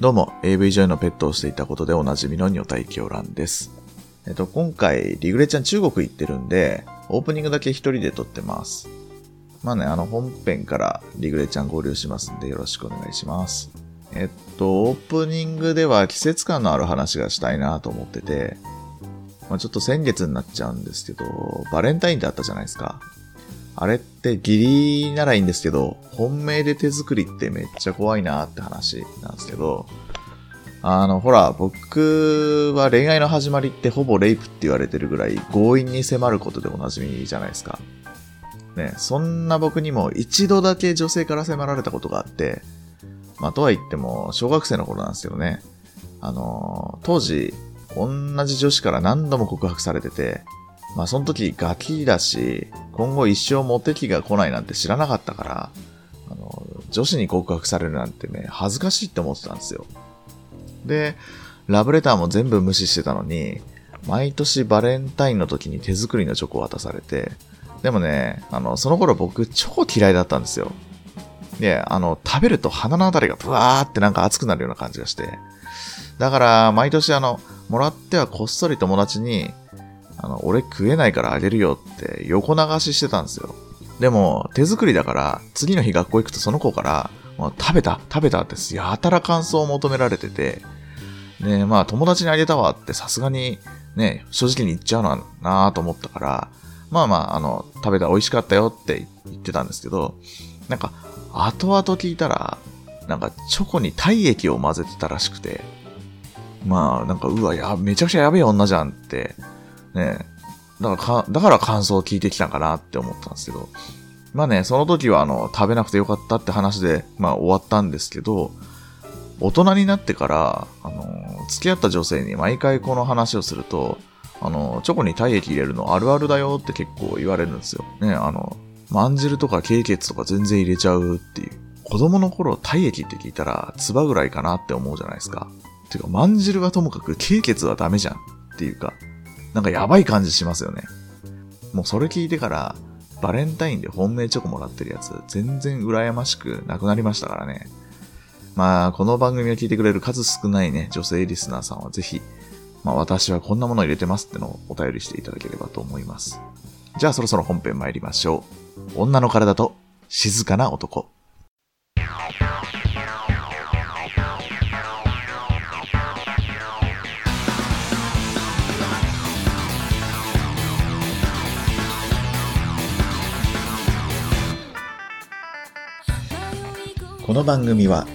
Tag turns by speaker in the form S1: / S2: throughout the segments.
S1: どうも、AV 上のペットをしていたことでおなじみの女体狂乱です。えっと、今回、リグレちゃん中国行ってるんで、オープニングだけ一人で撮ってます。まあね、あの、本編からリグレちゃん合流しますんで、よろしくお願いします。えっと、オープニングでは季節感のある話がしたいなと思ってて、まあ、ちょっと先月になっちゃうんですけど、バレンタインってあったじゃないですか。あれって義理ならいいんですけど、本命で手作りってめっちゃ怖いなって話なんですけど、あの、ほら、僕は恋愛の始まりってほぼレイプって言われてるぐらい強引に迫ることでおなじみじゃないですか。ね、そんな僕にも一度だけ女性から迫られたことがあって、まあ、とは言っても、小学生の頃なんですけどね、あの、当時、同じ女子から何度も告白されてて、まあその時ガキだし、今後一生モテ期が来ないなんて知らなかったから、あの、女子に告白されるなんてね、恥ずかしいって思ってたんですよ。で、ラブレターも全部無視してたのに、毎年バレンタインの時に手作りのチョコを渡されて、でもね、あの、その頃僕、チョコ嫌いだったんですよ。で、あの、食べると鼻のあたりがブワーってなんか熱くなるような感じがして。だから、毎年あの、もらってはこっそり友達に、あの、俺食えないからあげるよって横流ししてたんですよ。でも、手作りだから、次の日学校行くとその子から、もう食べた食べたってやたら感想を求められてて、で、まあ友達にあげたわってさすがにね、正直に言っちゃうのはなぁと思ったから、まあまあ、あの、食べた美味しかったよって言ってたんですけど、なんか、後々聞いたら、なんかチョコに体液を混ぜてたらしくて、まあ、なんか、うわ、や、めちゃくちゃやべえ女じゃんって、ね、だからか、だから感想を聞いてきたんかなって思ったんですけど、まあね、その時はあの、食べなくてよかったって話で、まあ終わったんですけど、大人になってから、あの、付き合った女性に毎回この話をすると、あの、チョコに体液入れるのあるあるだよって結構言われるんですよ。ね、あの、まんじるとか経血とか全然入れちゃうっていう。子供の頃体液って聞いたら、唾ぐらいかなって思うじゃないですか。てか、まんじるはともかく経血はダメじゃんっていうか、なんかやばい感じしますよね。もうそれ聞いてから、バレンタインで本命チョコもらってるやつ、全然羨ましくなくなりましたからね。まあ、この番組を聞いてくれる数少ないね、女性リスナーさんはぜひ、まあ私はこんなものを入れてますってのをお便りしていただければと思います。じゃあそろそろ本編参りましょう。女の体と静かな男。この番組は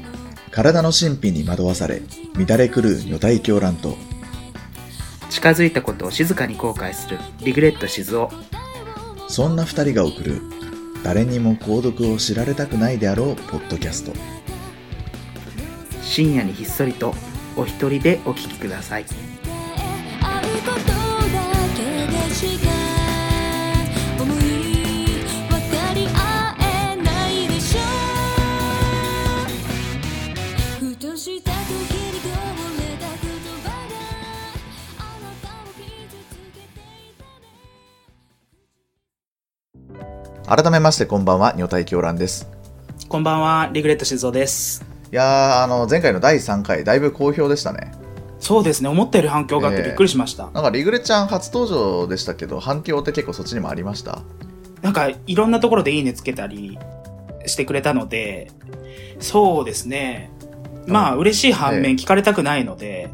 S1: 体の神秘に惑わされ乱れ狂う女体狂乱と
S2: 近づいたことを静かに後悔するリグレット静雄
S1: そんな二人が送る誰にも購読を知られたくないであろうポッドキャスト
S2: 深夜にひっそりとお一人でお聞きください
S3: 「会うことだけでしか思い分かり合えないでしょ」「ふとした時にこぼれた言葉があなたを傷つけていた」
S1: 改めましてこんばんは女体狂乱です
S4: こんばんは、リグレット静雄です。
S1: いやーあの前回の第3回だいぶ好評でしたね
S4: そうですね、思ったより反響があっ
S1: え
S4: て
S1: え
S4: びっくりしました。
S1: なんかリグレちゃん初登場でしたけど反響って結構そっちにもありました
S4: なんか、いろんなところでいいねつけたりしてくれたので、そうですね。まあ、嬉しい反
S1: ええ
S4: 面聞かれたくないので、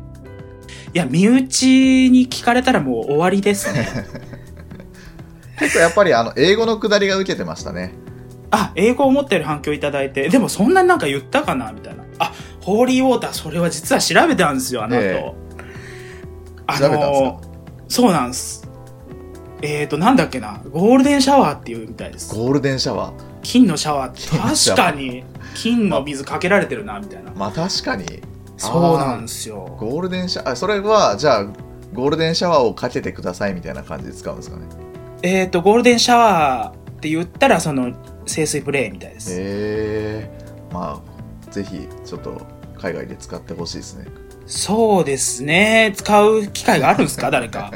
S4: いや、身内に聞かれたらもう終わりですね。
S1: 結構やっぱりあの英語のくだりが受けてましたね
S4: あ、英語思ったより反響いただいて、でもそんなになんか言ったかなみたいな。あ、ホーリーウォーター、それは実は調べたんですよ、あの後。
S1: え
S4: あ
S1: 調べたんですか
S4: そうなんです。えっ、ー、と、なんだっけな、ゴールデンシャワーっていうみたいです。
S1: ゴールデンシャワー
S4: 金のシャワー
S1: シャ
S4: 確
S1: ワー
S4: かに金の水かけられてるなみたいな
S1: まあ確かに
S4: そうなんですよ
S1: ゴールデンシャワーそれはじゃあゴールデンシャワーをかけてくださいみたいな感じで使うんですかね
S4: えっ、とゴールデンシャワーって言ったらその清水プレイみたいです、
S1: へえまあぜひちょっと海外で使ってほしいですね
S4: そうですね使う機会があるんですか 誰か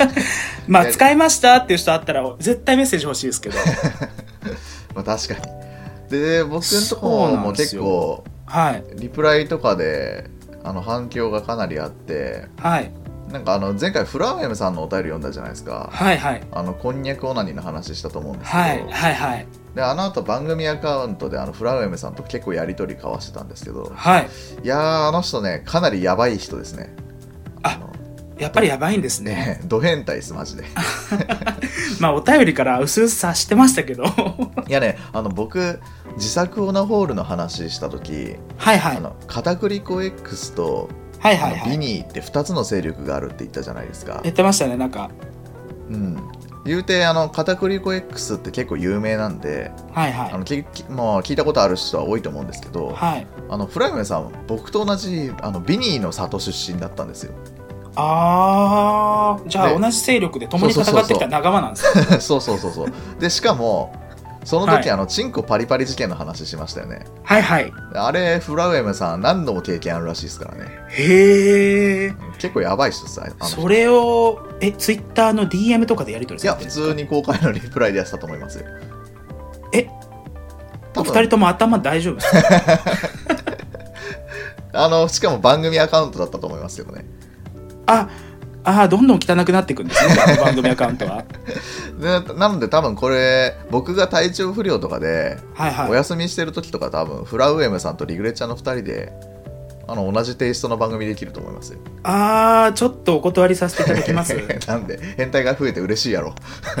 S4: ま
S1: い
S4: あ
S1: や
S4: 使いましたっていう人あったら絶対メッセージ欲しいですけど
S1: まあ確かにで僕のとこ
S4: そう
S1: も
S4: なんです
S1: 結
S4: よ
S1: 構
S4: はい。
S1: リプライとかであの反響がかなりあって
S4: はい。
S1: なんかあの前回フラーメムさんのお便り読んだじゃないですか、
S4: はいはい。
S1: あのこんにゃくオナニーの話したと思うんですけど、
S4: はい。はいはい。
S1: であの後番組アカウントであのフラウェムさんと結構やり取り交わしてたんですけど
S4: はい。
S1: いやーあの人ねかなりやばい人ですね
S4: あ
S1: の
S4: やっぱりやばいんですね。
S1: ねド変態ですマジで
S4: まあ、お便りから薄々察してましたけど。 はい
S1: やねあの僕自作オナホールの話した時、
S4: いはい
S1: あ。の片栗粉 X と、
S4: はいはい
S1: あの
S4: は
S1: ビ
S4: い。
S1: ニーって2つの勢力があるって言ったじゃないですか
S4: 言ってましたね、なんか。
S1: うん言うてあの片栗粉 X って結構有名なんで、
S4: はい
S1: あ
S4: は
S1: のききもう聞いたことある人は多いと思うんですけど、
S4: い。はい。
S1: あのフライメンさん僕と同じあのビニーの里出身だったんですよ
S4: あー、じゃあ
S1: で
S4: 同じ勢力で共に戦ってきた仲間なん ですね。
S1: そうそうそうそうでしかもその時、
S4: はい
S1: あのチンコパリパリ事件の話しましたよね
S4: はいはい。
S1: あれフラウェムさん何度も経験あるらしいですからね
S4: へー。
S1: 結構やばい人さあの人
S4: それを、え、ツイッターの DM とかでやり取
S1: い
S4: りさ
S1: や
S4: れて
S1: 普
S4: るんです
S1: 通に公開のリプライでやってたと思いますよ
S4: え
S1: 多
S4: お
S1: 分
S4: 二人とも頭大丈夫です か
S1: あのしかも番組アカウントだったと思いますけどね
S4: あ、あーどんどん汚くなっていくんですね、この番組アカウン トは。
S1: でなので多分これ僕が体調不良とかで
S4: はいはい。
S1: お休みしてる時とか多分フラウエムさんとリグレちゃんの2人であの同じテイストの番組できると思いますよ
S4: あー、ちょっとお断りさせていただき ます。い
S1: なんで変態が増えて嬉しいやろ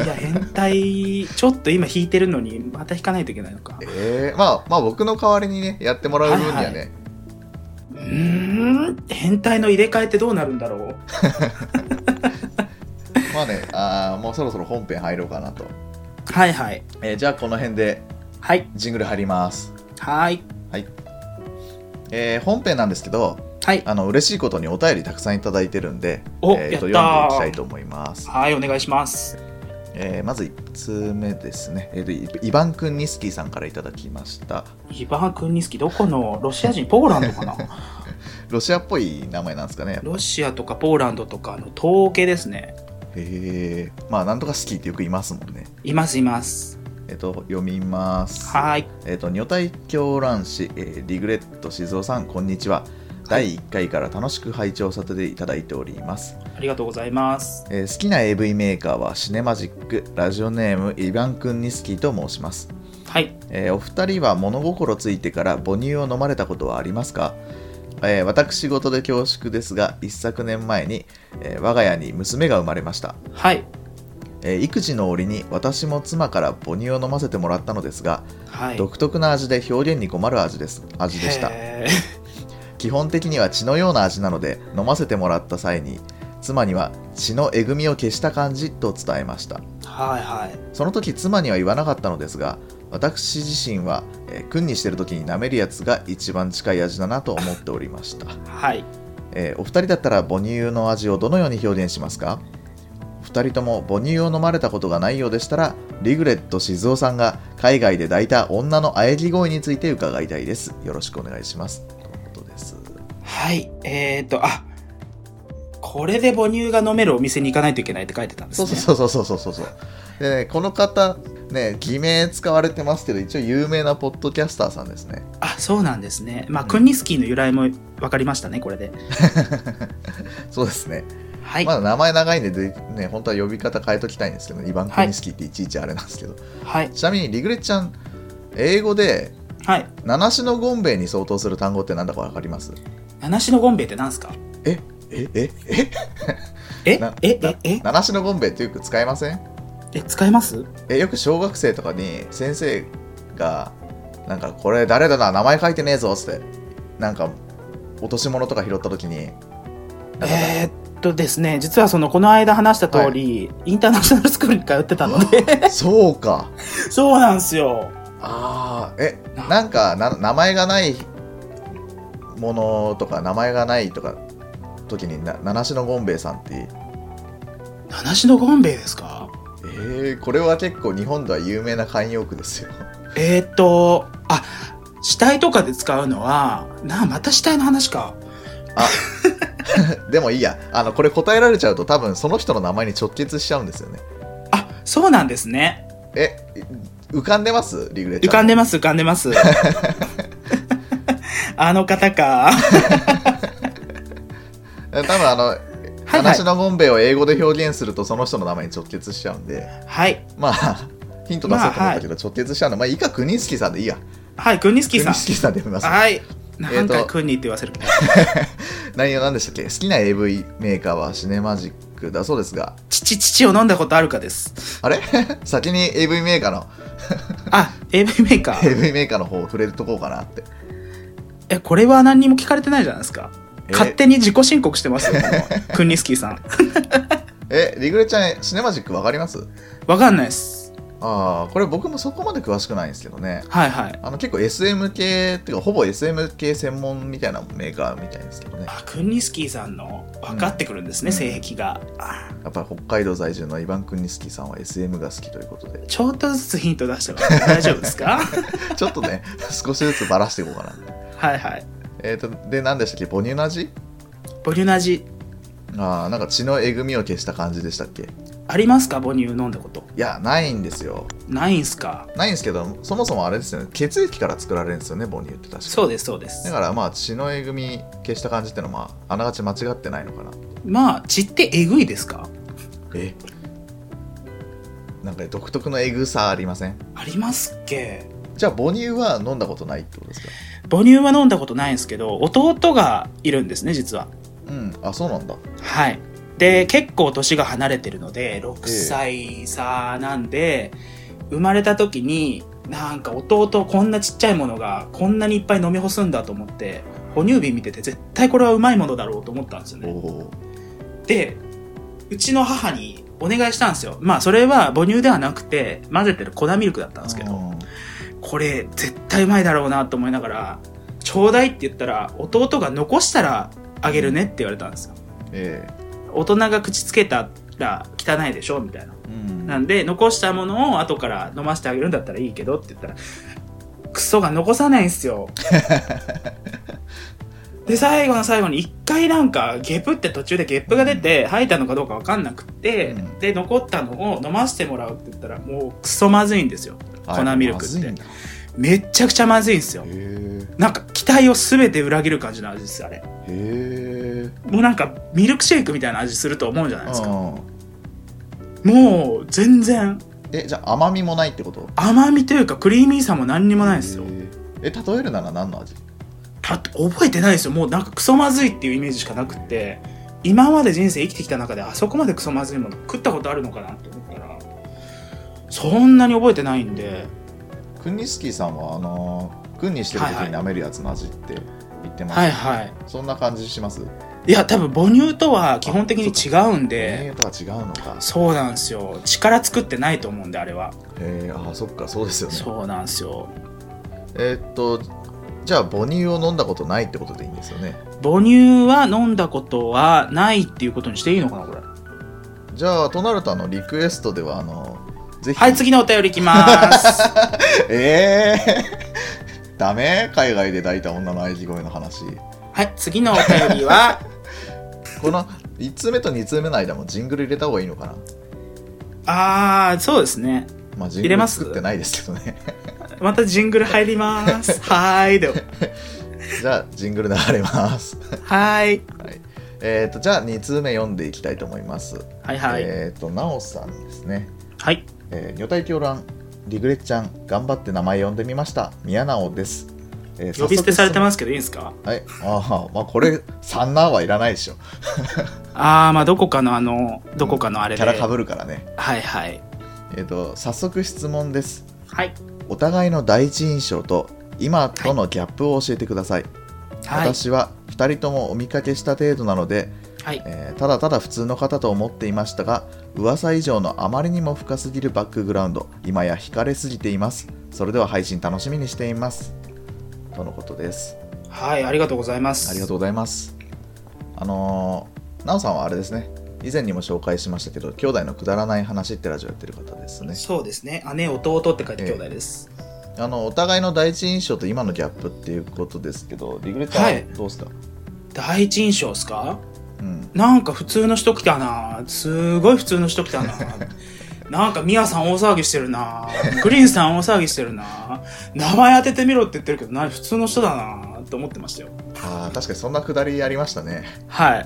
S4: や、変態、ちょっと今引いてるのに、また引かないといけないのか。
S1: えー、まあまあ僕の代わりにねやってもらう分には
S4: はいは
S1: ね、
S4: うーん、変態の入れ替えってどうなるんだろう。
S1: まあねあーもうそろそろ本編入ろうかなと、
S4: はいはい。
S1: えーじゃあこの辺で
S4: はい。
S1: ジングル貼ります
S4: はい。
S1: えー本編なんですけど
S4: はい。
S1: あの嬉しいことにお便りたくさんいただいてるんで、
S4: お
S1: えーと読んでい
S4: やった
S1: き
S4: ー
S1: たいと思います、
S4: はい、お願いします。
S1: えーまず1通目ですね、えーとイバンくんニスキーさんからいただきました
S4: イバークンニスキ、どこのロシア人、ポーランドかな
S1: ロシアっぽい名前なんですかね
S4: ロシアとかポーランドとかの統計ですね。
S1: へえまあなんとかスキーってよくいますもんね
S4: います、います。
S1: えっ、と読みます
S4: はい。
S1: えっ、と女体狂乱士、えーリグレット静雄さんこんにちは第1回から楽しく拝聴させていただいております、
S4: ありがとうございます。
S1: えー好きな AV メーカーはシネマジックラジオネームイバンくんニスキーと申します
S4: はい。
S1: えーお二人は物心ついてから母乳を飲まれたことはありますか、えー私事で恐縮ですが一昨年前に、えー我が家に娘が生まれました、
S4: はい。
S1: えー育児の折に私も妻から母乳を飲ませてもらったのですが、
S4: はい。
S1: 独特な味で表現に困る味です味でした
S4: へ
S1: 基本的には血のような味なので飲ませてもらった際に妻には血のえぐみを消した感じと伝えました
S4: ーはいはい。
S1: その時妻には言わなかったのですが私自身は、えー君にしてる時に舐めるやつが一番近い味だなと思っておりました、
S4: はい。
S1: えーお二人だったら母乳の味をどのように表現しますかお二人とも母乳を飲まれたことがないようでしたらリグレット静雄さんが海外で抱いた女の喘ぎ声について伺いたいですよろしくお願いしますとのことです
S4: はい。えっ、ー、と、あこれで母乳が飲めるお店に行かないといけないって書いてたんです
S1: そう
S4: ね。
S1: そうそうそうそうそうそうでね、この方ね偽名使われてますけど一応有名なポッドキャスターさんですね
S4: あ、そうなんですね。まあ、クンニスキーの由来も分かりましたね、これで。
S1: そうですね
S4: はい。
S1: まだ名前長いんでで、ね、本当は呼び方変えときたいんですけど、イバン・クニスキーっていちいちあれなんですけど、
S4: はい。
S1: ちなみにリグレッちゃん、英語で、
S4: はい。
S1: 七種のゴンベイに相当する単語ってなんだかわかります
S4: 七種のゴンベイって何すか
S1: ええええ
S4: え
S1: な
S4: え
S1: な
S4: ええ
S1: 七種のゴンベイってよく使いません
S4: え、使えます
S1: えよく小学生とかに先生が、なんかこれ誰だな、名前書いてねえぞっつって、なんか落とし物とか拾ったときに、なんか
S4: えーっとですね、実はその、この間話した通り、インターナショナルスクールに通ってたので、
S1: そうか。
S4: そうなんですよ。
S1: ああえなんかな名前がないものとか名前がないとか時にな七種のゴンベイさんって
S4: 七種のゴンベイですか
S1: えー、これは結構日本では有名な慣用句ですよ
S4: えーっと、あ、死体とかで使うのは、なあ、また死体の話か。
S1: でもいいやあのこれ答えられちゃうと多分その人の名前に直結しちゃうんですよね
S4: あ、そうなんですね。
S1: え浮かんでますリグレちゃ
S4: 浮かんで
S1: ま
S4: ます、浮かんでます。あの方か。
S1: え多分あの、
S4: はい
S1: 話のゴンベイを英語で表現するとその人の名前に直結しちゃうんで、
S4: はい。
S1: まあ、ヒント出そうと思ったけど、直結しちゃうの。まあ、いいか、国好きさんでいいや。
S4: はい、グニスキー
S1: 国
S4: さ
S1: 好き
S4: ん。
S1: さんで読みます。
S4: はい。
S1: と
S4: 何回クンニーって言わせるか。
S1: 内容何でしたっけ好きな AV メーカーはシネマジックだそうですが、
S4: 父、父を飲んだことあるかです。
S1: あれ 先に AV メーカーの、
S4: あ、AV メーカー。
S1: AV メーカーの方を触れるとこうかなって。
S4: え、これは何にも聞かれてないじゃないですか。
S1: え
S4: 勝手に自己申告してますよ、こ のクンニスキーさん。
S1: え、リグレちゃん、シネマジックわかります
S4: わかんないです。
S1: ああ、これ僕もそこまで詳しくないんですけどね。
S4: はいはい。
S1: あの結構 SM 系っていうかほぼ SM 系専門みたいなメーカーみたいですけどね
S4: あ、クンニスキーさんの分かってくるんですね、
S1: うん
S4: 性癖が。あ
S1: やっぱり北海道在住のイバン・クンニスキーさんは SM が好きということで
S4: ちょっとずつヒント出してます。大丈夫ですか
S1: ちょっとね 少しずつばらしていこうかな
S4: はいはい。
S1: えっ、とで何でしたっけ母乳の味
S4: 母乳の味、
S1: あーなんか血のえぐみを消した感じでしたっけい
S4: ありますか母乳飲んだこと。
S1: やないんですよ
S4: ないんすか
S1: ないんですけどそもそもあれですよね血液から作られるんですよね母乳って確か
S4: そうです、そうです
S1: だ。からまあ血のえぐみ消した感じってのはまああながち間違ってないのかな
S4: まあ、血ってえぐいですか
S1: えなんか独特のえぐさありません
S4: ありますっけ
S1: じゃあ母乳は飲んだことないってことですか
S4: 母乳は飲んだことないんですけど、弟がいるんですね、実は。
S1: うん、あ、そうなんだ。
S4: はい。で、結構年が離れてるので、6歳差なんで、生まれた時に、なんか弟こんなちっちゃいものがこんなにいっぱい飲み干すんだと思って、哺乳瓶見てて絶対これはうまいものだろうと思ったんですよ
S1: お
S4: ね。
S1: お
S4: で、うちの母にお願いしたんですよ。まあそれは母乳ではなくて、混ぜてる粉ミルクだったんですけど。
S1: ー。
S4: これ絶対うまいだろうなと思いながら「ちょうだい」って言ったら弟が残したらあげるねって言われたんですよ
S1: え
S4: 大人が口つけたら汚いでしょみたいな
S1: えうん。
S4: なんで残したものを後から飲ませてあげるんだったらいいけどって言ったらクソが残さないんすよで最後の最後に一回なんかゲップって途中でゲップが出て吐いたのかどうか分かんなくって、
S1: うん
S4: で残ったのを飲ませてもらうって言ったらもうクソまずいんですよ粉ミルクって、
S1: へ
S4: めっちゃくちゃまずいんですよ
S1: え。
S4: なんか期待を全て裏切る感じの味ですあれ
S1: へえ。
S4: もうなんかミルクシェイクみたいな味すると思うじゃないですか
S1: うん
S4: もう全然
S1: え、じゃあ甘みもないってこと
S4: 甘みというかクリーミーさも何にもないんですよ
S1: へえ、え例えるなら何の味
S4: だって覚えてないですよもうなんかクソまずいっていうイメージしかなくって今まで人生生きてきた中であそこまでクソまずいもの食ったことあるのかなって思ったらそんなに覚えてないんで
S1: クンニスキーさんは、あのー、クンにしてる時
S4: はい
S1: に
S4: は
S1: 舐めるやつの味って言ってます。
S4: はいはい
S1: そんな感じします
S4: いや多分母乳とは基本的に違うん
S1: え
S4: で
S1: えとは違うのか。
S4: そうなんですよ力作ってないと思うんであれは
S1: へえ、あ、そっか、そうですよね。
S4: そうなんですよ
S1: えーっと、じゃあ母乳を飲んだことないってことでいいんですよね。
S4: 母乳は飲んだことはないっていうことにしていいのかなこれ
S1: じゃあ、となると、あの、リクエストでは、あの、ぜひ、
S4: はい次のお便りいきます
S1: ええー、 ダメ海外で抱いた女の喘ぎ声の話
S4: はい次のお便りは
S1: この1通目と2通目の間もジングル入れた方がいいのかな
S4: ああそうですね
S1: まあジン
S4: 入
S1: グ
S4: れ
S1: ル
S4: ます
S1: 作ってないですけどね
S4: またジングル入りますはーいでは
S1: じゃあジングル流れます
S4: はーい
S1: えっとじゃあ2通目読んでいきたいと思います、
S4: はいはい、
S1: えっ、となおさんですね
S4: はい
S1: えー、女体狂乱リグレッちゃん頑張って名前呼んでみました宮直です、えー
S4: 呼び捨てされて
S1: す
S4: ますけどいいんですか
S1: はいあーまあこれ3なはいらないでしょ
S4: ああまあどこかのあのどこかのあれ
S1: キ
S4: で、
S1: ャラかぶるからね
S4: はいはい
S1: えっ、と早速質問です
S4: はい
S1: お互いの第一印象と今とのギャップを教えてください、
S4: はい
S1: 私は2人ともお見かけした程度なので、
S4: はい
S1: えーただただ普通の方と思っていましたが噂以上のあまりにも深すぎるバックグラウンド今や惹かれすぎていますそれでは配信楽しみにしていますとのことです
S4: はいありがとうございます
S1: ありがとうございますあのー、なおさんはあれですね以前にも紹介しましたけど兄弟のくだらない話ってラジオやってる方ですね
S4: そうですね姉弟って書いて兄弟です、
S1: あのお互いの第一印象と今のギャップっていうことですけどリグレッタ
S4: はい
S1: ーはどうですか、
S4: 第一印象ですか
S1: うん、
S4: なんか普通の人来たなすごい普通の人 来たななんかミヤさん大騒ぎしてるなグリーンさん大騒ぎしてるな名前当ててみろって言ってるけどな普通の人だなって思ってましたよ
S1: あー確かにそんなくだりありましたね。
S4: はい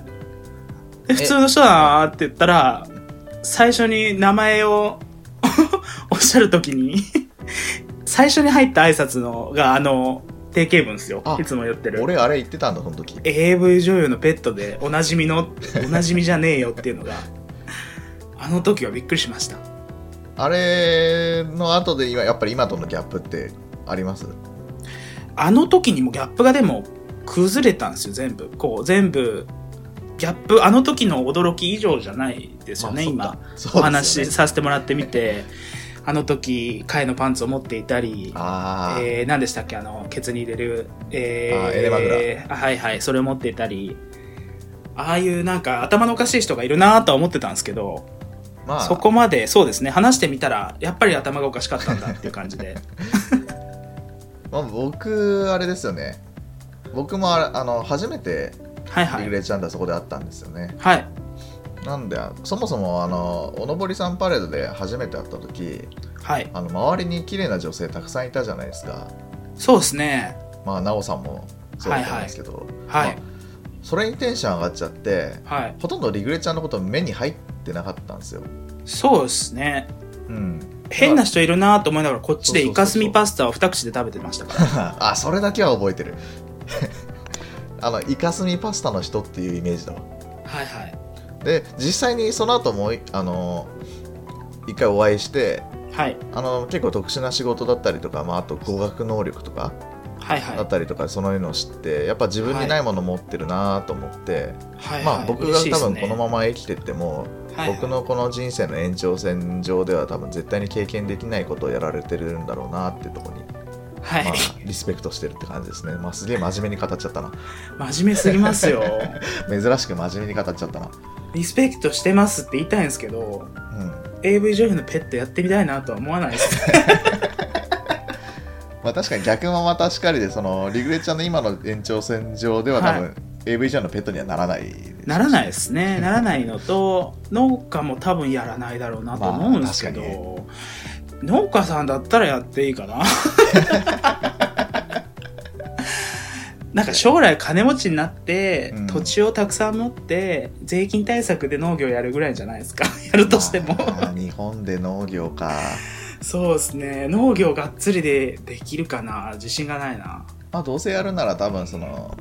S4: で
S1: え
S4: 普通の人だなーって言ったら最初に名前を おっしゃるときに最初に入った挨拶のがあの定型文ですよ
S1: あ
S4: いつも言ってる
S1: 俺あれ言ってたんだ、その時。
S4: AV 女優のペットでおなじみのおなじみじゃねえよっていうのがあの時はびっくりしました
S1: あれの後で今、やっぱり今とのギャップってあります
S4: あの時にもギャップがでも崩れたんですよ全部こう全部ギャップあの時の驚き以上じゃないですよね、
S1: まあ
S4: 今
S1: そうかそ
S4: お
S1: う
S4: 話
S1: で
S4: し
S1: すよね
S4: させてもらってみてあの時貝のパンツを持っていたり
S1: あー、
S4: えー、何でしたっけあのケツに入れる、え
S1: あエレマグ
S4: ラはいはいそれを持っていたりああいうなんか頭のおかしい人がいるなとは思ってたんですけど
S1: まあ、
S4: そこまでそうですね話してみたらやっぱり頭がおかしかったんだっていう感 じで
S1: まあ、僕、あれですよね。僕もあれあの初めて
S4: はいは
S1: リグ
S4: い
S1: レーチャンダーそこで会ったんですよね。
S4: はい
S1: なんで、そもそもあのおのぼりさんパレードで初めて会った時
S4: はい
S1: あの周りに綺麗な女性たくさんいたじゃないですか。
S4: そうですね
S1: まあ、奈緒さんもそうだったんですけど、
S4: はい
S1: まあそれにテンション上がっちゃって、
S4: はい
S1: ほとんどリグレちゃんのこと目に入ってなかったんですよ。
S4: そうですね
S1: うん。
S4: 変な人いるなと思いながらこっちで
S1: そうそうそうそう
S4: イカスミパスタを二口で食べてました から
S1: あ、それだけは覚えてる。 あの、イカスミパスタの人っていうイメージだわ。
S4: はいはい
S1: で、実際にその後もう、あの、一回お会いして、
S4: はい
S1: あの、結構特殊な仕事だったりとか、まあ、あと語学能力とか
S4: はいはい
S1: だったりとか、そのいうのを知って、やっぱ自分にないもの持ってるなと思って、
S4: はい
S1: ま
S4: は
S1: あ、
S4: い
S1: 僕が
S4: 嬉しいっ
S1: 多
S4: す
S1: 分
S4: ね
S1: このまま生きてっても、
S4: はいはい
S1: 僕のこの人生の延長線上では多分絶対に経験できないことをやられてるんだろうなってとこに、
S4: はい、
S1: まあ、リスペクトしてるって感じですね、まあ、すげえ真面目に語っちゃったな
S4: 真面目すぎま すよ
S1: 珍しく真面目に語っちゃったな
S4: リスペクトしてますって言いたいんですけど
S1: うん
S4: AV 女優のペットやってみたいなとは思わないです ね
S1: まあ確かに逆もまたしかりでそのリグレちゃんの今の延長線上では多分、
S4: は
S1: AV 上のペットにはならないです
S4: ならないですねならないのと農家も多分やらないだろうなと思うんですけど、
S1: まあ
S4: 農家さんだったらやっていいか ななんか将来金持ちになって、
S1: うん
S4: 土地をたくさん持って税金対策で農業やるぐらいじゃないですかやるとしても、
S1: まあ日本で農業か
S4: そうですね農業がっつりでできるかな自信がないな
S1: まあどうせやるなら多分その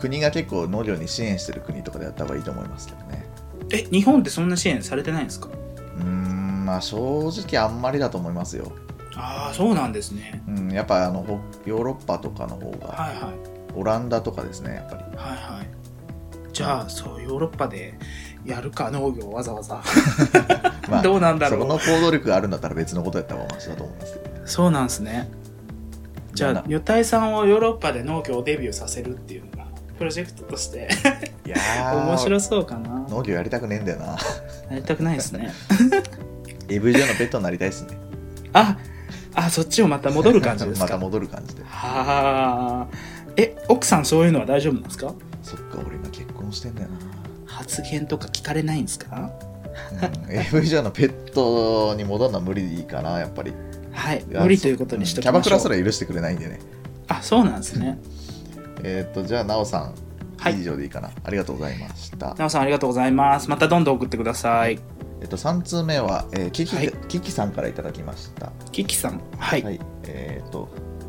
S1: 国が結構農業に支援してる国とかでやった方がいいと思いますけどね
S4: え日本ってそんな支援されてないんですか
S1: うーんまあ正直あんまりだと思いますよ
S4: ああそうなんですね
S1: うん、やっぱあのほヨーロッパとかの方が、
S4: はいはい
S1: オランダとかですねやっぱり
S4: はいはいじゃあそうヨーロッパでやるか農業わざわざ
S1: まあ
S4: どうなんだ
S1: そこ
S4: ろ
S1: の行動力があるんだったら別のことやった方がマシだと思いますけどね
S4: うそうなんですねじゃ
S1: な
S4: あ
S1: んだ
S4: 女体さんをヨーロッパで農業をデビューさせるっていうのがプロジェクトとして
S1: いやー
S4: 面白そうかな
S1: 農業やりたくねえんだよな
S4: やりたくないですね
S1: AVJ のペットになりたいですね
S4: ああそっちをまた戻る感じで す
S1: ま
S4: か
S1: た戻る感じで
S4: はあえ奥さんそういうのは大丈夫なんですか
S1: そっか俺今結婚してんだよな、
S4: 発言とか聞かれないんですか
S1: うん、AVJ のペットに戻るのは無理かなやっぱり
S4: はい
S1: や
S4: 無理ということにし
S1: うん
S4: とき
S1: キャバ
S4: ま
S1: ク
S4: しょ
S1: ラ
S4: う
S1: すら許してくれないんでね
S4: あそうなんですね
S1: えーっとじゃあなおさん、
S4: はい
S1: 以上でいいかなありがとうございました
S4: なおさんありがとうございますまたどんどん送ってください
S1: えっと3通目は、えーキキ
S4: はい
S1: キキさんからいただきました
S4: キキさんはい、
S1: はい、えっ、と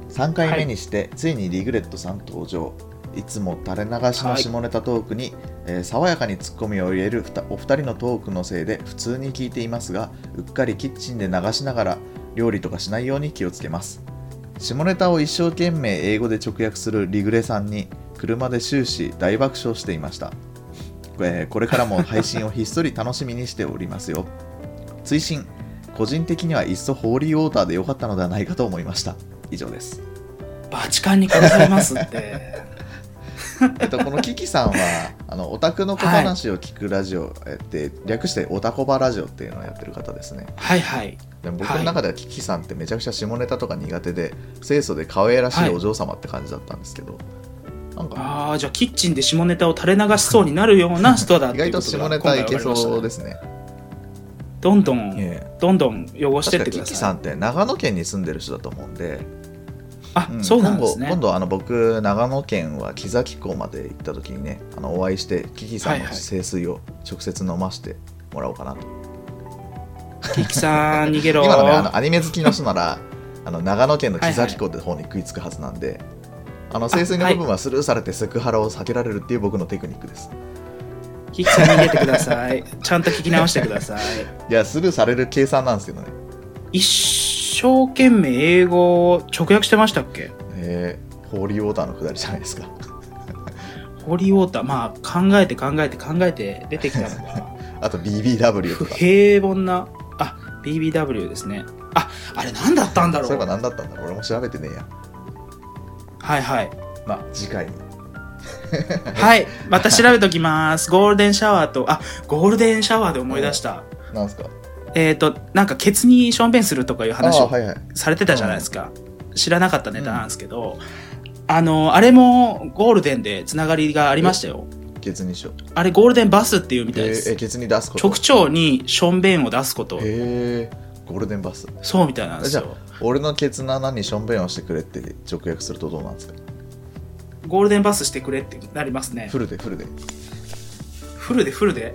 S1: 3回目にして、ついにリグレットさん登場いつも垂れ流しの下ネタトークに、えー爽やかにツッコミを入れるふたお二人のトークのせいで普通に聞いていますがうっかりキッチンで流しながら料理とかしないように気をつけます下ネタを一生懸命英語で直訳するリグレさんに車で終始大爆笑していました、えーこれからも配信をひっそり楽しみにしておりますよ追伸個人的にはいっそホーリーウォーターで良かったのではないかと思いました以上です、
S4: バチカンに殺されますって
S1: えっと、このキキさんはあのオタクの小話を聞くラジオ、えって略してオタコバラジオっていうのをやってる方ですね
S4: はいはい
S1: でも僕
S4: はい
S1: の中ではキキさんってめちゃくちゃ下ネタとか苦手で清楚で可愛らしいお嬢様って感じだったんですけど、なんか
S4: ああじゃあキッチンで下ネタを垂れ流しそうになるような人だっ
S1: 意
S4: てい
S1: 外
S4: うこととが
S1: 下ネタいけ
S4: 今回
S1: そう
S4: 分かりま
S1: で
S4: し
S1: すね
S4: たどんどん
S1: ええ
S4: どんどん汚して
S1: 確か
S4: ってく
S1: キ
S4: だ
S1: キさ
S4: さい
S1: んって長野県に住んでる人だと思うんで
S4: あ、
S1: うん
S4: そうなんですね。
S1: 今度今度あの僕長野県は木崎港まで行った時にねあのお会いしてキキさん
S4: はい
S1: の
S4: はい
S1: 清水を直接飲ましてもらおうかなと、
S4: キキさん逃げろ。
S1: 今のねあのアニメ好きの人なら あの長野県の木崎港って方に食いつくはずなんで、あの清水の部分はスルーされてセクハラを避けられるっていう僕のテクニックです、
S4: キキさん逃げてくだ さい。ちゃんと聞き直してください。
S1: い、やスルーされる計算なんですけどね
S4: 一生懸命英語を直訳してましたっけ
S1: えー、ホーリーウォーターのくだりじゃないですか
S4: ホーリーウォーター、まあ考えて考えて考えて出てきた のが、
S1: あと BBW と
S4: 不
S1: か
S4: 平凡な、あ、BBW ですね。あ、あれ何だったんだろ
S1: そういえば
S4: う。
S1: 何だったんだろう俺も調べてねえや
S4: は いはい。
S1: まあ次回に
S4: はい。また調べときます。ゴールデンシャワーと、あ、ゴールデンシャワーで思い出した。
S1: なんすか
S4: えっ、と、なんかケツにションベンするとかいう話
S1: あ
S4: を
S1: ーはいはい
S4: されてたじゃないですか、知らなかったネタなんですけど、あのあれもゴールデンでつながりがありましたよ
S1: ケツにしよう
S4: あれゴールデンバスっていうみたいで
S1: えーえ
S4: す
S1: ーケツに出すこと
S4: 直腸にションベンを出すこと
S1: へえゴールデンバス
S4: そうみたいなんです
S1: じゃあ
S4: よ
S1: 俺のケツの穴にしょんべんをしてくれって直訳するとどうなんですか
S4: ゴールデンバスしてくれってなりますね
S1: フルでフルで
S4: フルでフルで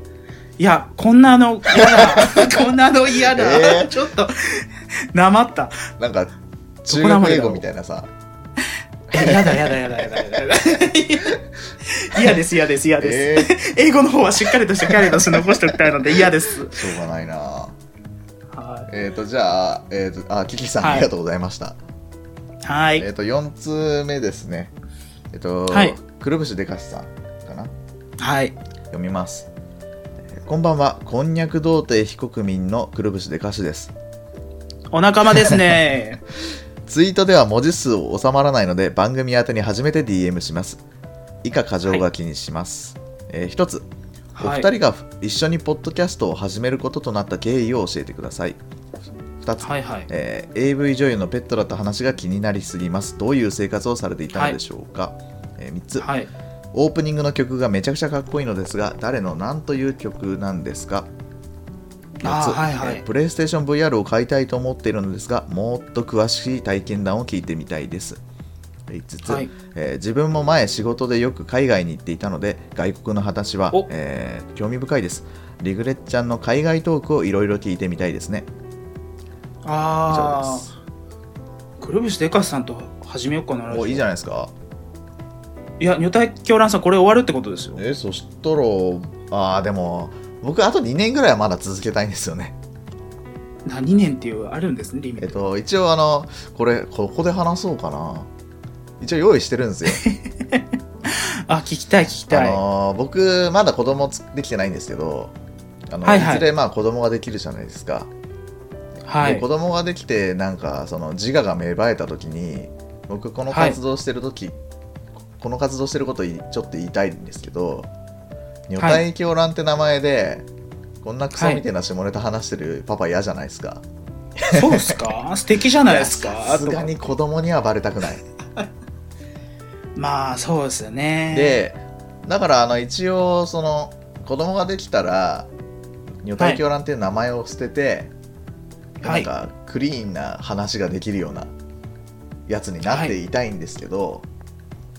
S4: いやこんなあの嫌 だこんなあの嫌だ、
S1: えー
S4: ちょっとなまった
S1: なんか中
S4: こら
S1: 学
S4: まで
S1: 英
S4: だろ
S1: 語
S4: う
S1: みたいなさ
S4: えやだやだやだやだやだやだ 嫌です嫌です嫌です、
S1: えー、
S4: 英語の方はしっかりとしたキャリアとして残しておきたいので嫌です
S1: しょうがないな
S4: はい
S1: えっ、とじゃあえっ、とあキキさん、
S4: はい
S1: ありがとうございました
S4: はい。
S1: えっ、と4通目ですねえっ、と、
S4: はい
S1: くるぶしでかしさんかな
S4: はい。
S1: 読みます、えーこんばんはこんにゃく童貞非国民のくるぶしでかしです
S4: お仲間です ね。
S1: ツイートでは文字数を収まらないので番組宛てに初めて DM します。以下過剰書きにします。えー一つ、お
S4: はい
S1: 二人が一緒にポッドキャストを始めることとなった経緯を教えてください。二つ、
S4: はいはい。
S1: えー AV 女優のペットだった話が気になりすぎます。どういう生活をされていたのでしょうか、えー三つ、
S4: はい。
S1: オープニングの曲がめちゃくちゃかっこいいのですが、誰の何という曲なんですか
S4: あーはいはい
S1: えープレイステーション VR を買いたいと思っているのですが、もっと詳しい体験談を聞いてみたいです。5つ、
S4: はい
S1: えー自分も前仕事でよく海外に行っていたので、外国の話は
S4: お、
S1: えー興味深いです。リグレッちゃんの海外トークをいろいろ聞いてみたいですね。以上
S4: あ
S1: です。
S4: あ。くるぶしでかしさんと始めようかな。
S1: おいいじゃないですか。
S4: いや、女体狂乱さん、これ終わるってことですよ。
S1: えそしたら、ああ、でも、僕、あと2年ぐらいはまだ続けたいんですよね。
S4: 何年っていう、あるんですね、リミ
S1: え
S4: ッ
S1: っ
S4: ト。
S1: と、一応あの、これ、ここで話そうかな。一応用意してるんですよ。
S4: あ、聞きたい、聞き
S1: あ
S4: たい。
S1: のー僕、まだ子供つできてないんですけど、あの、
S4: はいいはい
S1: ずれまあ子供ができるじゃないですか。
S4: は
S1: で
S4: い
S1: 子。供ができて、なんか、その自我が芽生えた時に、僕、この活動してる時、この活動してることいちょっと言いたいんですけど、女体狂乱って名前で、こんなクソみたいな下ネタ話してるパパ嫌じゃないですか。
S4: そうっす か素敵じゃないですか
S1: さすがに子供にはバレたくない。
S4: まあ、そうですよね。、
S1: でだからあの一応その子供ができたら女体狂乱っていう名前を捨てて、
S4: はい
S1: なんかクリーンな話ができるようなやつになっていたいんですけど、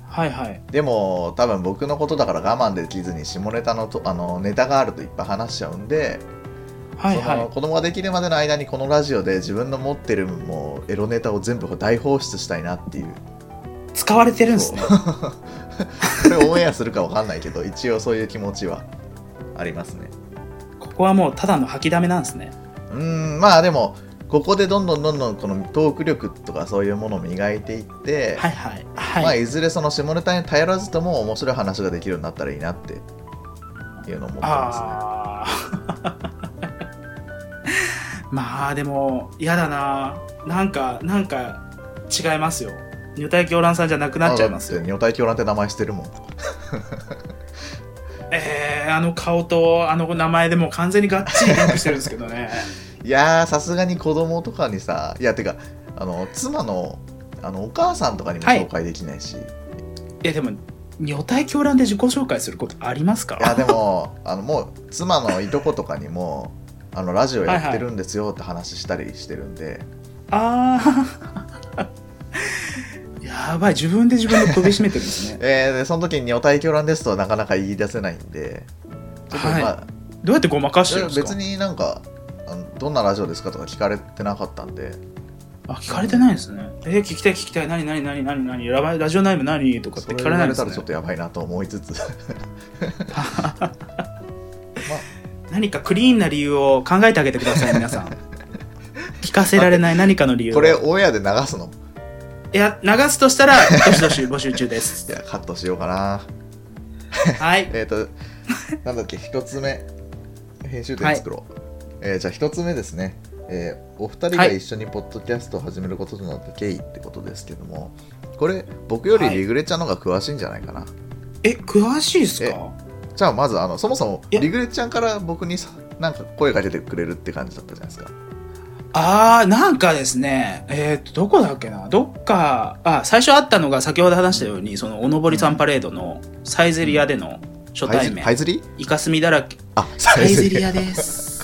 S4: はいはい。
S1: でも多分僕のことだから我慢できずに下ネタのとあのネタがあるといっぱい話しちゃうんで、
S4: はい
S1: その
S4: は
S1: 子供ができるまでの間にこのラジオで自分の持ってるもうエロネタを全部大放出したいなっていう
S4: い。使われてるんですね。
S1: そう これオンエアするかわかんないけど一応そういう気持ちはありますね
S4: ここはもうただの吐きだめなんですね。
S1: うーんまあでもここでどんどんどんどんこのトーク力とかそういうものを磨いていって、
S4: はいはい。
S1: まあ、
S4: はい。
S1: いずれその下ネタに頼らずとも面白い話ができるようになったらいいなっていうのを思ってま
S4: ああ まあでも嫌だななんかなんか違いますよ女体狂乱さんじゃなく
S1: すね
S4: なっちゃいますよ
S1: だって女体狂乱って名前してるもん
S4: えー、あの顔とあの名前でもう完全にがっちりリンクしてるんですけどね
S1: いやーさすがに子供とかにさいやてかあの妻のあのお母さんとかにも
S4: はい
S1: 紹介できないし、い、
S4: いやでも女体狂乱で自己紹介することあります
S1: や
S4: か
S1: でもあのもう妻のいとことかにもあのラジオやってるんですよって話したりしてるんで、
S4: ああやばい、自分で自分で首絞めてるんですね。
S1: えーでその時に女体狂乱ですとはなかなか言い出せないんで、ちょっとまあ、
S4: はどうやってごまかしてるんですか
S1: 別になんかあの、どんなラジオですかとか聞かれてなかったんで、
S4: あ、聞かれてないんですね。えー、聞きたい聞きたい、何何何何何ラバラジオネーム何とかっ
S1: そ
S4: て
S1: れ言
S4: 聞かれ
S1: わ
S4: ないん
S1: れ
S4: で
S1: た
S4: す
S1: ら
S4: ね
S1: ちょっ。とやばいなと思いつつ、
S4: 何かクリーンな理由を考えてあげてください、皆さん。聞かせられない何かの理由を
S1: これオンエアで流すの
S4: いや、流すとしたら、どしどし募集中で
S1: い
S4: す。
S1: や、カットしようかな。
S4: はい。
S1: えっ、と、なんだっけ、一つ目。編集点作ろう。えーじゃあ一つ目ですね。えーお二人が
S4: はい
S1: 一緒にポッドキャストを始めることとなった経緯ってことですけども、これ、僕よりリグレちゃんの方が詳しいんじゃないかな。
S4: え、詳しいですか
S1: じゃあまずあの、そもそも
S4: いや
S1: リグレちゃんから僕にさなんか声かけてくれるって感じだったじゃないですか。
S4: あー、なんかですね、えっ、と、どこだっけなどっか、あ、最初あったのが先ほど話したように、その、おのぼりさんパレードのサイゼリアでの初
S1: ハイ
S4: 対
S1: ズリ
S4: 面
S1: ハ。イズリ
S4: イカスミだらけ。
S1: あ、サ
S4: サイゼリ
S1: ア
S4: アで す。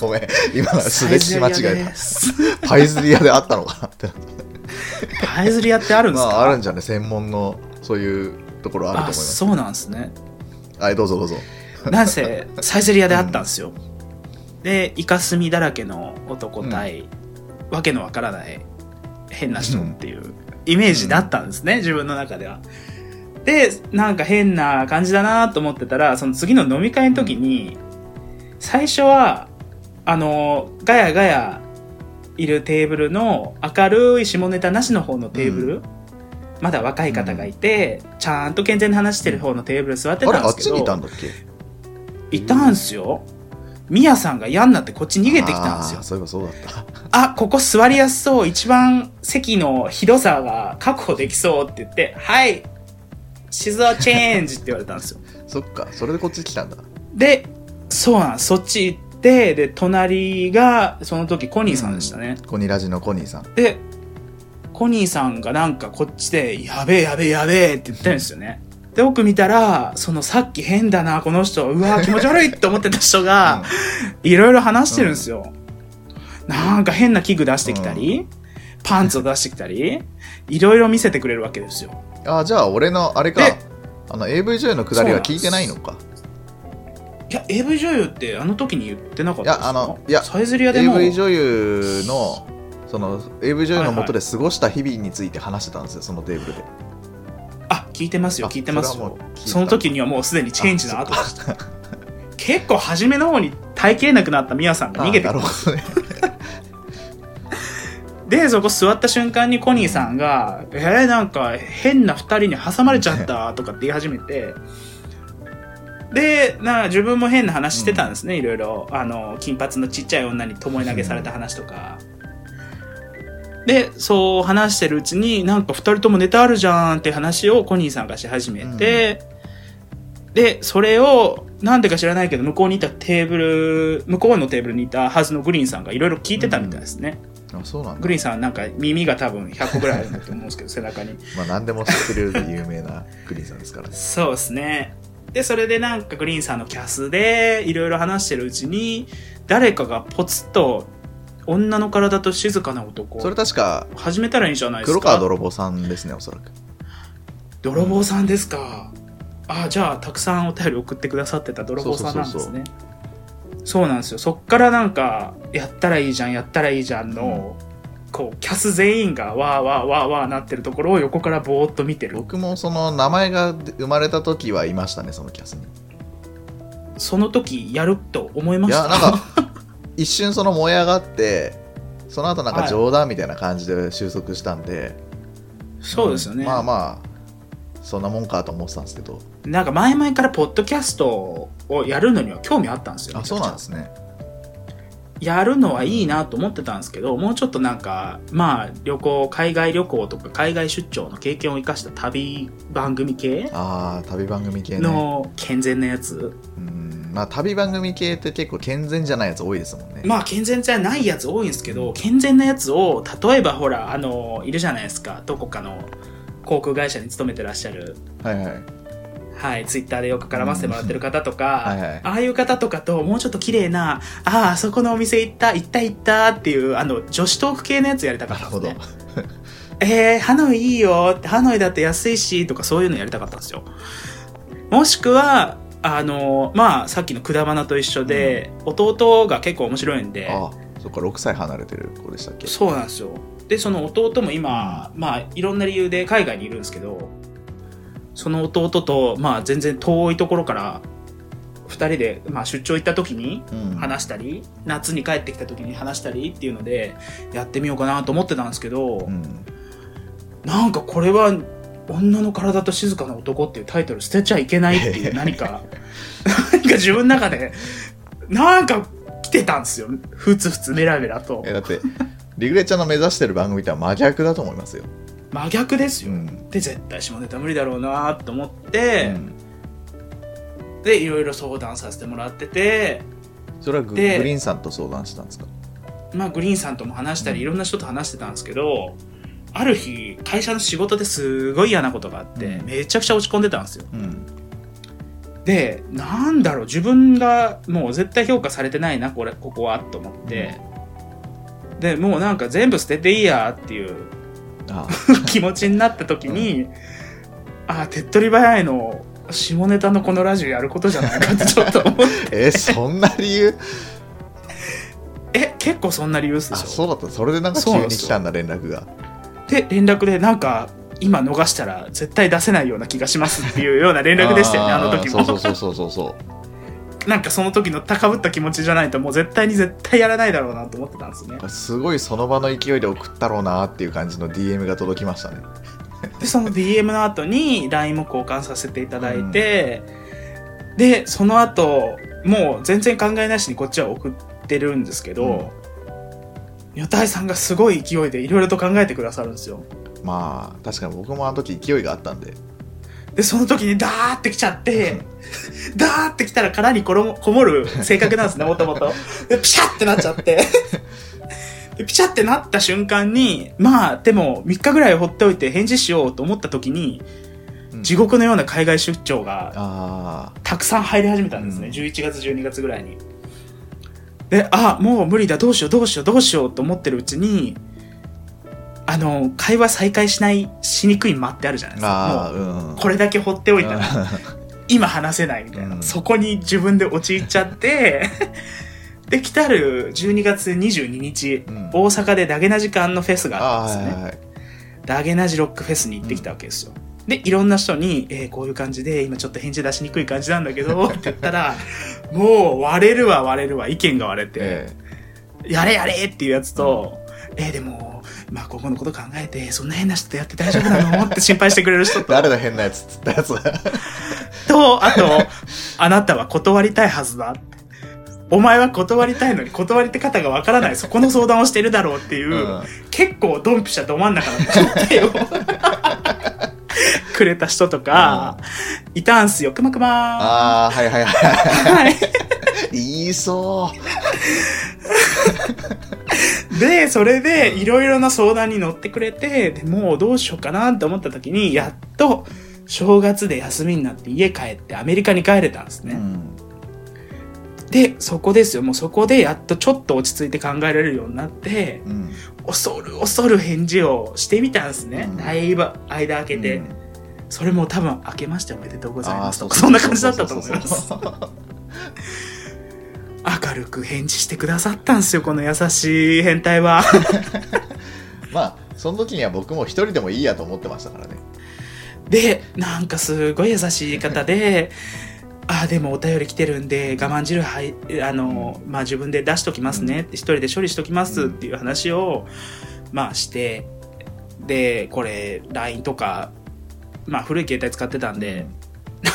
S1: ごめん、今の素でし間違え
S4: す。
S1: た。ハイズリアであったのかなって。
S4: サイゼリアってあるんで
S1: ます
S4: か、
S1: あ、あるんじゃね、専門の、そういうところあると思い
S4: あ
S1: ます。
S4: そうなんですね。
S1: はい、どうぞどうぞ。
S4: なんせ、サイゼリアであったんですよ。で、イカスミだらけの男対、わけのわからない変な人っていうイメージだったんですね、自分の中では。で、なんか変な感じだなと思ってたら、その次の飲み会の時に、最初は、あの、ガヤガヤいるテーブルの明るい下ネタなしの方のテーブル、まだ若い方がいて、ちゃんと健全に話してる方のテーブル座って
S1: あれ、
S4: たん
S1: あ
S4: で
S1: っち
S4: すけど。
S1: にいたんだっけ
S4: いたんすよ。ミヤさんが嫌になってこっち逃げてきたんですよ
S1: あー。そういえばそうだった。
S4: あここ座りやすそう。一番席の広さが確保できそうって言って、はい、シズアチェンジって言われたんですよ。
S1: そっか、それでこっち来たんだ。
S4: で、そうなん、そっち行って、で、隣が、その時コニーさんでしたね。
S1: コニラジのコニーさん。
S4: で、コニーさんがなんかこっちで、やべえやべえやべえって言ってるんですよね。で、奥見たら、そのさっき変だな、この人、うわ、気持ち悪いって思ってた人が、いろいろ話してるんですよ。なんか変な器具出してきたり、パンツを出してきたり、いろいろ見せてくれるわけですよ。
S1: うんあー、じゃあ俺の、あれか
S4: で、
S1: あの AV 女優のくだりは聞いてないのか。
S4: いや、AV 女優ってあの時に言ってなかったんですか
S1: いやあのいや
S4: サイゼリアでも。
S1: AV 女優の、その AV 女優の
S4: はいはい
S1: 元で過ごした日々について話してたんですよ、そのテーブルで。
S4: あ、聞いてますよ、
S1: あ
S4: 聞いてます
S1: それは
S4: よ
S1: もう聞い。た
S4: その時にはもうすでにチェンジの後でした。結構初めの方に耐えきれなくなったミヤさんが逃げて
S1: あ
S4: き
S1: ーなる
S4: た。
S1: ほどね。
S4: で、そこ座った瞬間にコニーさんが、えー、なんか変な二人に挟まれちゃったとかって言い始めて、で、な自分も変な話してたんですね、いろいろ。あの、金髪のちっちゃい女に巴投げされた話とか。で、そう話してるうちに、なんか二人ともネタあるじゃんって話をコニーさんがし始めて、で、それを、なんでか知らないけど、向こうにいたテーブル、向こうのテーブルにいたはずのグリーンさんがいろいろ聞いてたみたいですね。
S1: あそうなん
S4: グ
S1: だ
S4: リー。ンさんはなんか耳が多分100個ぐらいあるんだと思うんですけど、 背中に。
S1: まあ何でも知ってるで有名なグリーンさんですからね。
S4: そうですね。で、それでなんかグリーンさんのキャスでいろいろ話してるうちに、誰かがポツッと女の体と静かな男
S1: それ確か、
S4: 始めたらいいんじゃないですか。
S1: 黒川泥棒さんですね、おそらく。
S4: 泥棒さんですか。あじゃあたくさんお便り送ってくださってた泥棒さんなんですね。そうなんですよ。そっからなんか、やったらいいじゃん、やったらいいじゃんの、こう、キャス全員がわーわーわーわーなってるところを横からぼーっと見てる。
S1: 僕もその名前が生まれた時はいましたね、そのキャスに。
S4: その時やると思いま
S1: い
S4: した
S1: やなんか一瞬その燃え上がってその後なんか
S4: はい
S1: 冗談みたいな感じで収束したんで、
S4: そうですよね、
S1: まあまあそんなもんかと思ってたんですけど
S4: なんか前々からポッドキャストをやるのには興味あったんですよ
S1: あそうなんですね
S4: やるのはいいなと思ってたんですけどもうちょっとなんかまあ旅行海外旅行とか海外出張の経験を生かした旅番組系
S1: ああ旅番組系ね
S4: の健全なやつ、
S1: うんまあ旅番組系って結構健全じゃないやつ多いですもんね、
S4: まあ健全じゃないやつ多いんですけど健全なやつを例えばほらあのいるじゃないですかどこかの航空会社に勤めてらっしゃる
S1: はいはい
S4: はい、ツイッターでよく絡ませてもらってる方とか、
S1: うんはいはい
S4: ああいう方とかともうちょっと綺麗な、ああ、あそこのお店行った、行った行ったっていう、あの、女子トーク系のやつやりたか
S1: なる
S4: った
S1: ほ
S4: んです
S1: ど
S4: ね。えー、ハノイいいよって、ハノイだって安いし、とかそういうのやりたかったんですよ。もしくは、あの、まあ、さっきのくだばなと一緒で、弟が結構面白いんで、
S1: あそっか6歳離れてる子でしたっけ
S4: そうなんですよ。で、その弟も今、まあ、いろんな理由で海外にいるんですけど、その弟と、まあ、全然遠いところから、二人で、まあ、出張行った時に
S1: うん
S4: 話したり、夏に帰ってきた時に話したりっていうので、やってみようかなと思ってたんですけど、
S1: うん
S4: なんかこれは、女の体と静かな男っていうタイトル捨てちゃいけないって いう何か、何か自分の中で、なんか来てたんですよ。ふつふつメラメラと
S1: え。だってリグレちゃんの目指してる番組とは真逆だと思いますよ、
S4: 真逆です
S1: う
S4: よ。
S1: ん
S4: で、絶対下ネタ無理だろうなと思っ
S1: う
S4: て、
S1: ん
S4: で、いろいろ相談させてもらってて、
S1: それはググ
S4: で
S1: リーンさんと相談したんですか
S4: まあ、グリーンさんとも話したり、いろんな人と話してたんですけど、ある日、会社の仕事ですごい嫌なことがあって
S1: う、ん
S4: めちゃくちゃ落ち込んでたんですよ。
S1: うん
S4: でなんだろう自分がもう絶対評価されてないなこれここはと思って、でもうなんか全部捨てていいやっていう
S1: あ
S4: 気持ちになった時に、ああ手っ取り早いの下ネタのこのラジオやることじゃないかってちょっと思って
S1: えそんな理 由
S4: え結構そんな理由っす
S1: あ
S4: でし
S1: そうだったそれでなんか急
S4: そうなん
S1: に
S4: ですよ
S1: 来たんだ連絡が
S4: ょで連絡でなんか今逃したら絶対出せないような気がしますっていうような連絡でしたよねあの時も
S1: ーそうそうそうそうそうそう
S4: なんかその時の高ぶった気持ちじゃないともう絶対に絶対やらないだろうなと思ってたんですね
S1: すごいその場の勢いで送ったろうなっていう感じの DM が届きましたね
S4: でその DM の後に LINE も交換させていただいて、でその後もう全然考えなしにこっちは送ってるんですけど、女体さんがすごい勢いでいろいろと考えてくださるんですよ
S1: まあ確かに僕もあの時勢いがあったんで
S4: でその時にダーってきちゃ って、ダーってきたら殻にころもこもる性格なんで すねもともとでピシャってなっちゃってでピシャってなった瞬間にまあでも3日ぐらい放っておいて返事しようと思った時に
S1: うん
S4: 地獄のような海外出張が
S1: ああ
S4: たくさん入り始めたんですね、
S1: うん
S4: 11月12月ぐらいにであもう無理だどうしようどうしようどうしようと思ってるうちにあの会話再開しないしにくい間ってあるじゃないです
S1: ああ
S4: か
S1: う
S4: もうん
S1: うん
S4: これだけ放っておいたら今話せないみたいな、
S1: うん
S4: そこに自分で陥っちゃって で来たる12月22日、
S1: うん
S4: 大阪でダゲな時間のフェスが
S1: あ
S4: あったんで
S1: ー
S4: すね
S1: はいはいはい
S4: ダゲナジロックフェスに行ってきたわけですよ。で、いろんな人に、えーこういう感じで、今ちょっと返事出しにくい感じなんだ けど、って言ったら、もう割れるわ割れるわ、意見が割れて、
S1: え
S4: やれやれっていうやつと、えーでも、まあ今後のこと考えて、そんな変な人とやって大丈夫なのって心配してくれる人
S1: え
S4: と、
S1: 誰だ変なやつっつったやつ
S4: と、あと、あなたは断りたいはずだ。お前は断りたいのに断り方がわからない、そこの相談をしてるだろうっていう、
S1: うん
S4: 結構ドンピシャど真ん中だったよ。 くれた人とか、いたんすよ、くまくま
S1: ああはいはいは
S4: はい。
S1: い言いそう
S4: で、それで、いろいろな相談に乗ってくれて、でもうどうしようかなと思った時に、やっと、正月で休みになって家帰ってアメリカに帰れたんですね。
S1: うん
S4: で、そこですよ。もうそこでやっとちょっと落ち着いて考えられるようになって、
S1: うん
S4: 恐る恐る返事をしてみたんですね。
S1: うん
S4: だいぶ間開けて、
S1: うん
S4: それも多分明けましておめでとうございます
S1: あ
S4: と
S1: ー
S4: か、
S1: そうそう
S4: そんな感じだったと思いま
S1: そう
S4: す。
S1: そうそう
S4: 明るく返事してくださったんですよ、この優しい変態は。
S1: まあその時には僕も一人でもいいやと思ってましたからね
S4: で、なんかすごい優しい方で、ああ、でもお便り来てるんで、我慢汁はい、あの、まあ、自分で出しときますねって、一人で処理しときますっていう話を、まあ、して、で、これ、LINE とか、まあ、古い携帯使ってたんで、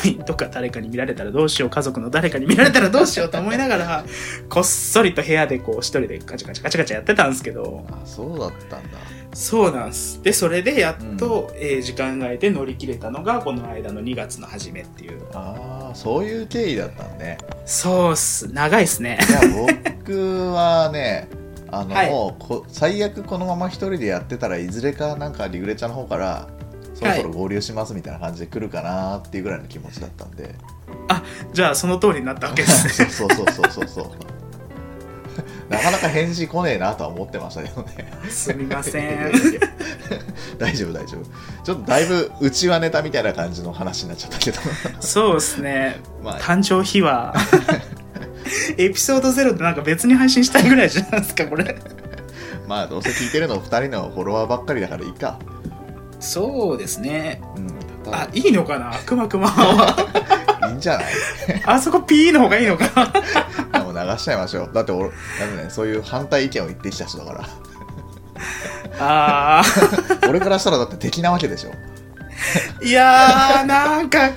S4: LINE とか誰かに見られたらどうしよう、家族の誰かに見られたらどうしようと思いながら、こっそりと部屋でこう、一人でガチャガチャガチャガチャやってたんですけど、
S1: あそうだったんだ
S4: そうなんです。で、それでやっと、えー時間外で乗り切れたのが、この間の2月の初めっていう。
S1: ああそういう経緯だったんね
S4: そうっす。長いっす ね。
S1: いや 僕はねあの、
S4: はい
S1: もうこ最悪このまま一人でやってたらいずれかなんかリグレちゃんの方からそろそろ合流しますみたいな感じで来るかなっていうぐらいの気持ちだったん で、
S4: じゃあ、その通りになったわけですね。
S1: そうそうそうそうそうそう なかなか返事来ねえなとは思ってましたけどね。
S4: すみません。
S1: 大丈夫大丈夫。ちょっとだいぶうちはネタみたいな感じの話になっちゃったけど。
S4: そうですね。
S1: まあ、
S4: 誕生秘 話。エピソード0ってなんか別に配信したいぐらいじゃないですか、これ。
S1: まあ、どうせ聞いてるの2人のフォロワーばっかりだからいいか。
S4: そうですね。
S1: うん。
S4: あ、いいのかなくまくま は。
S1: いいんじゃない
S4: あそこ P の方がいいのかな
S1: あもう流しちゃいましょう。だって俺、だってね、そういう反対意見を言ってきた人だか
S4: あ
S1: ら。俺からしたらだって敵なわけでしょ。
S4: ー。 いやー、なんか、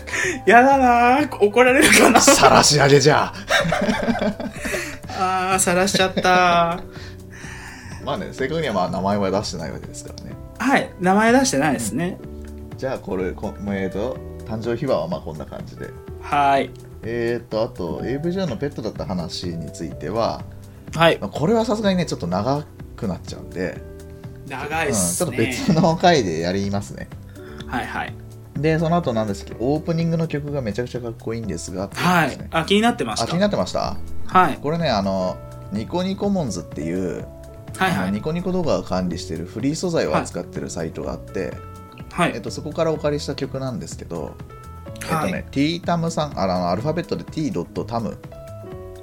S4: やだなー。怒られるかな。
S1: 晒し上げじゃ。
S4: あー、晒しちゃった。
S1: まあね、正確にはまあ名前は出してないわけですからね。
S4: はい、名前出してないですね。
S1: じゃあこれ、こえーと、誕生秘話はまあこんな感じで。
S4: はい。
S1: えーと、あと、AV 上のペットだった話については、
S4: はい。
S1: まあこれはさすがにね、ちょっと長くなっちゃうんで、
S4: 長
S1: うん、
S4: いっ
S1: ち
S4: す
S1: ょっと
S4: ね。
S1: 別の回でやりますね。
S4: はいはい。
S1: で、その後なんですけど、オープニングの曲がめちゃくちゃかっこいいんですが、ってう
S4: は
S1: ことです
S4: い
S1: ね。
S4: あ、気になってまし
S1: あ、
S4: た。
S1: 気になってました
S4: はい。
S1: これね、あの、ニコニコモンズっていう、
S4: はいは
S1: あのニ
S4: い。
S1: コニコ動画を管理してるフリー素材を扱ってるサイトがあって、
S4: は
S1: えっ
S4: い。
S1: と、そこからお借りした曲なんですけど、えっ
S4: は
S1: と
S4: い。
S1: ね、t タムさんあのアルファベットで t.tam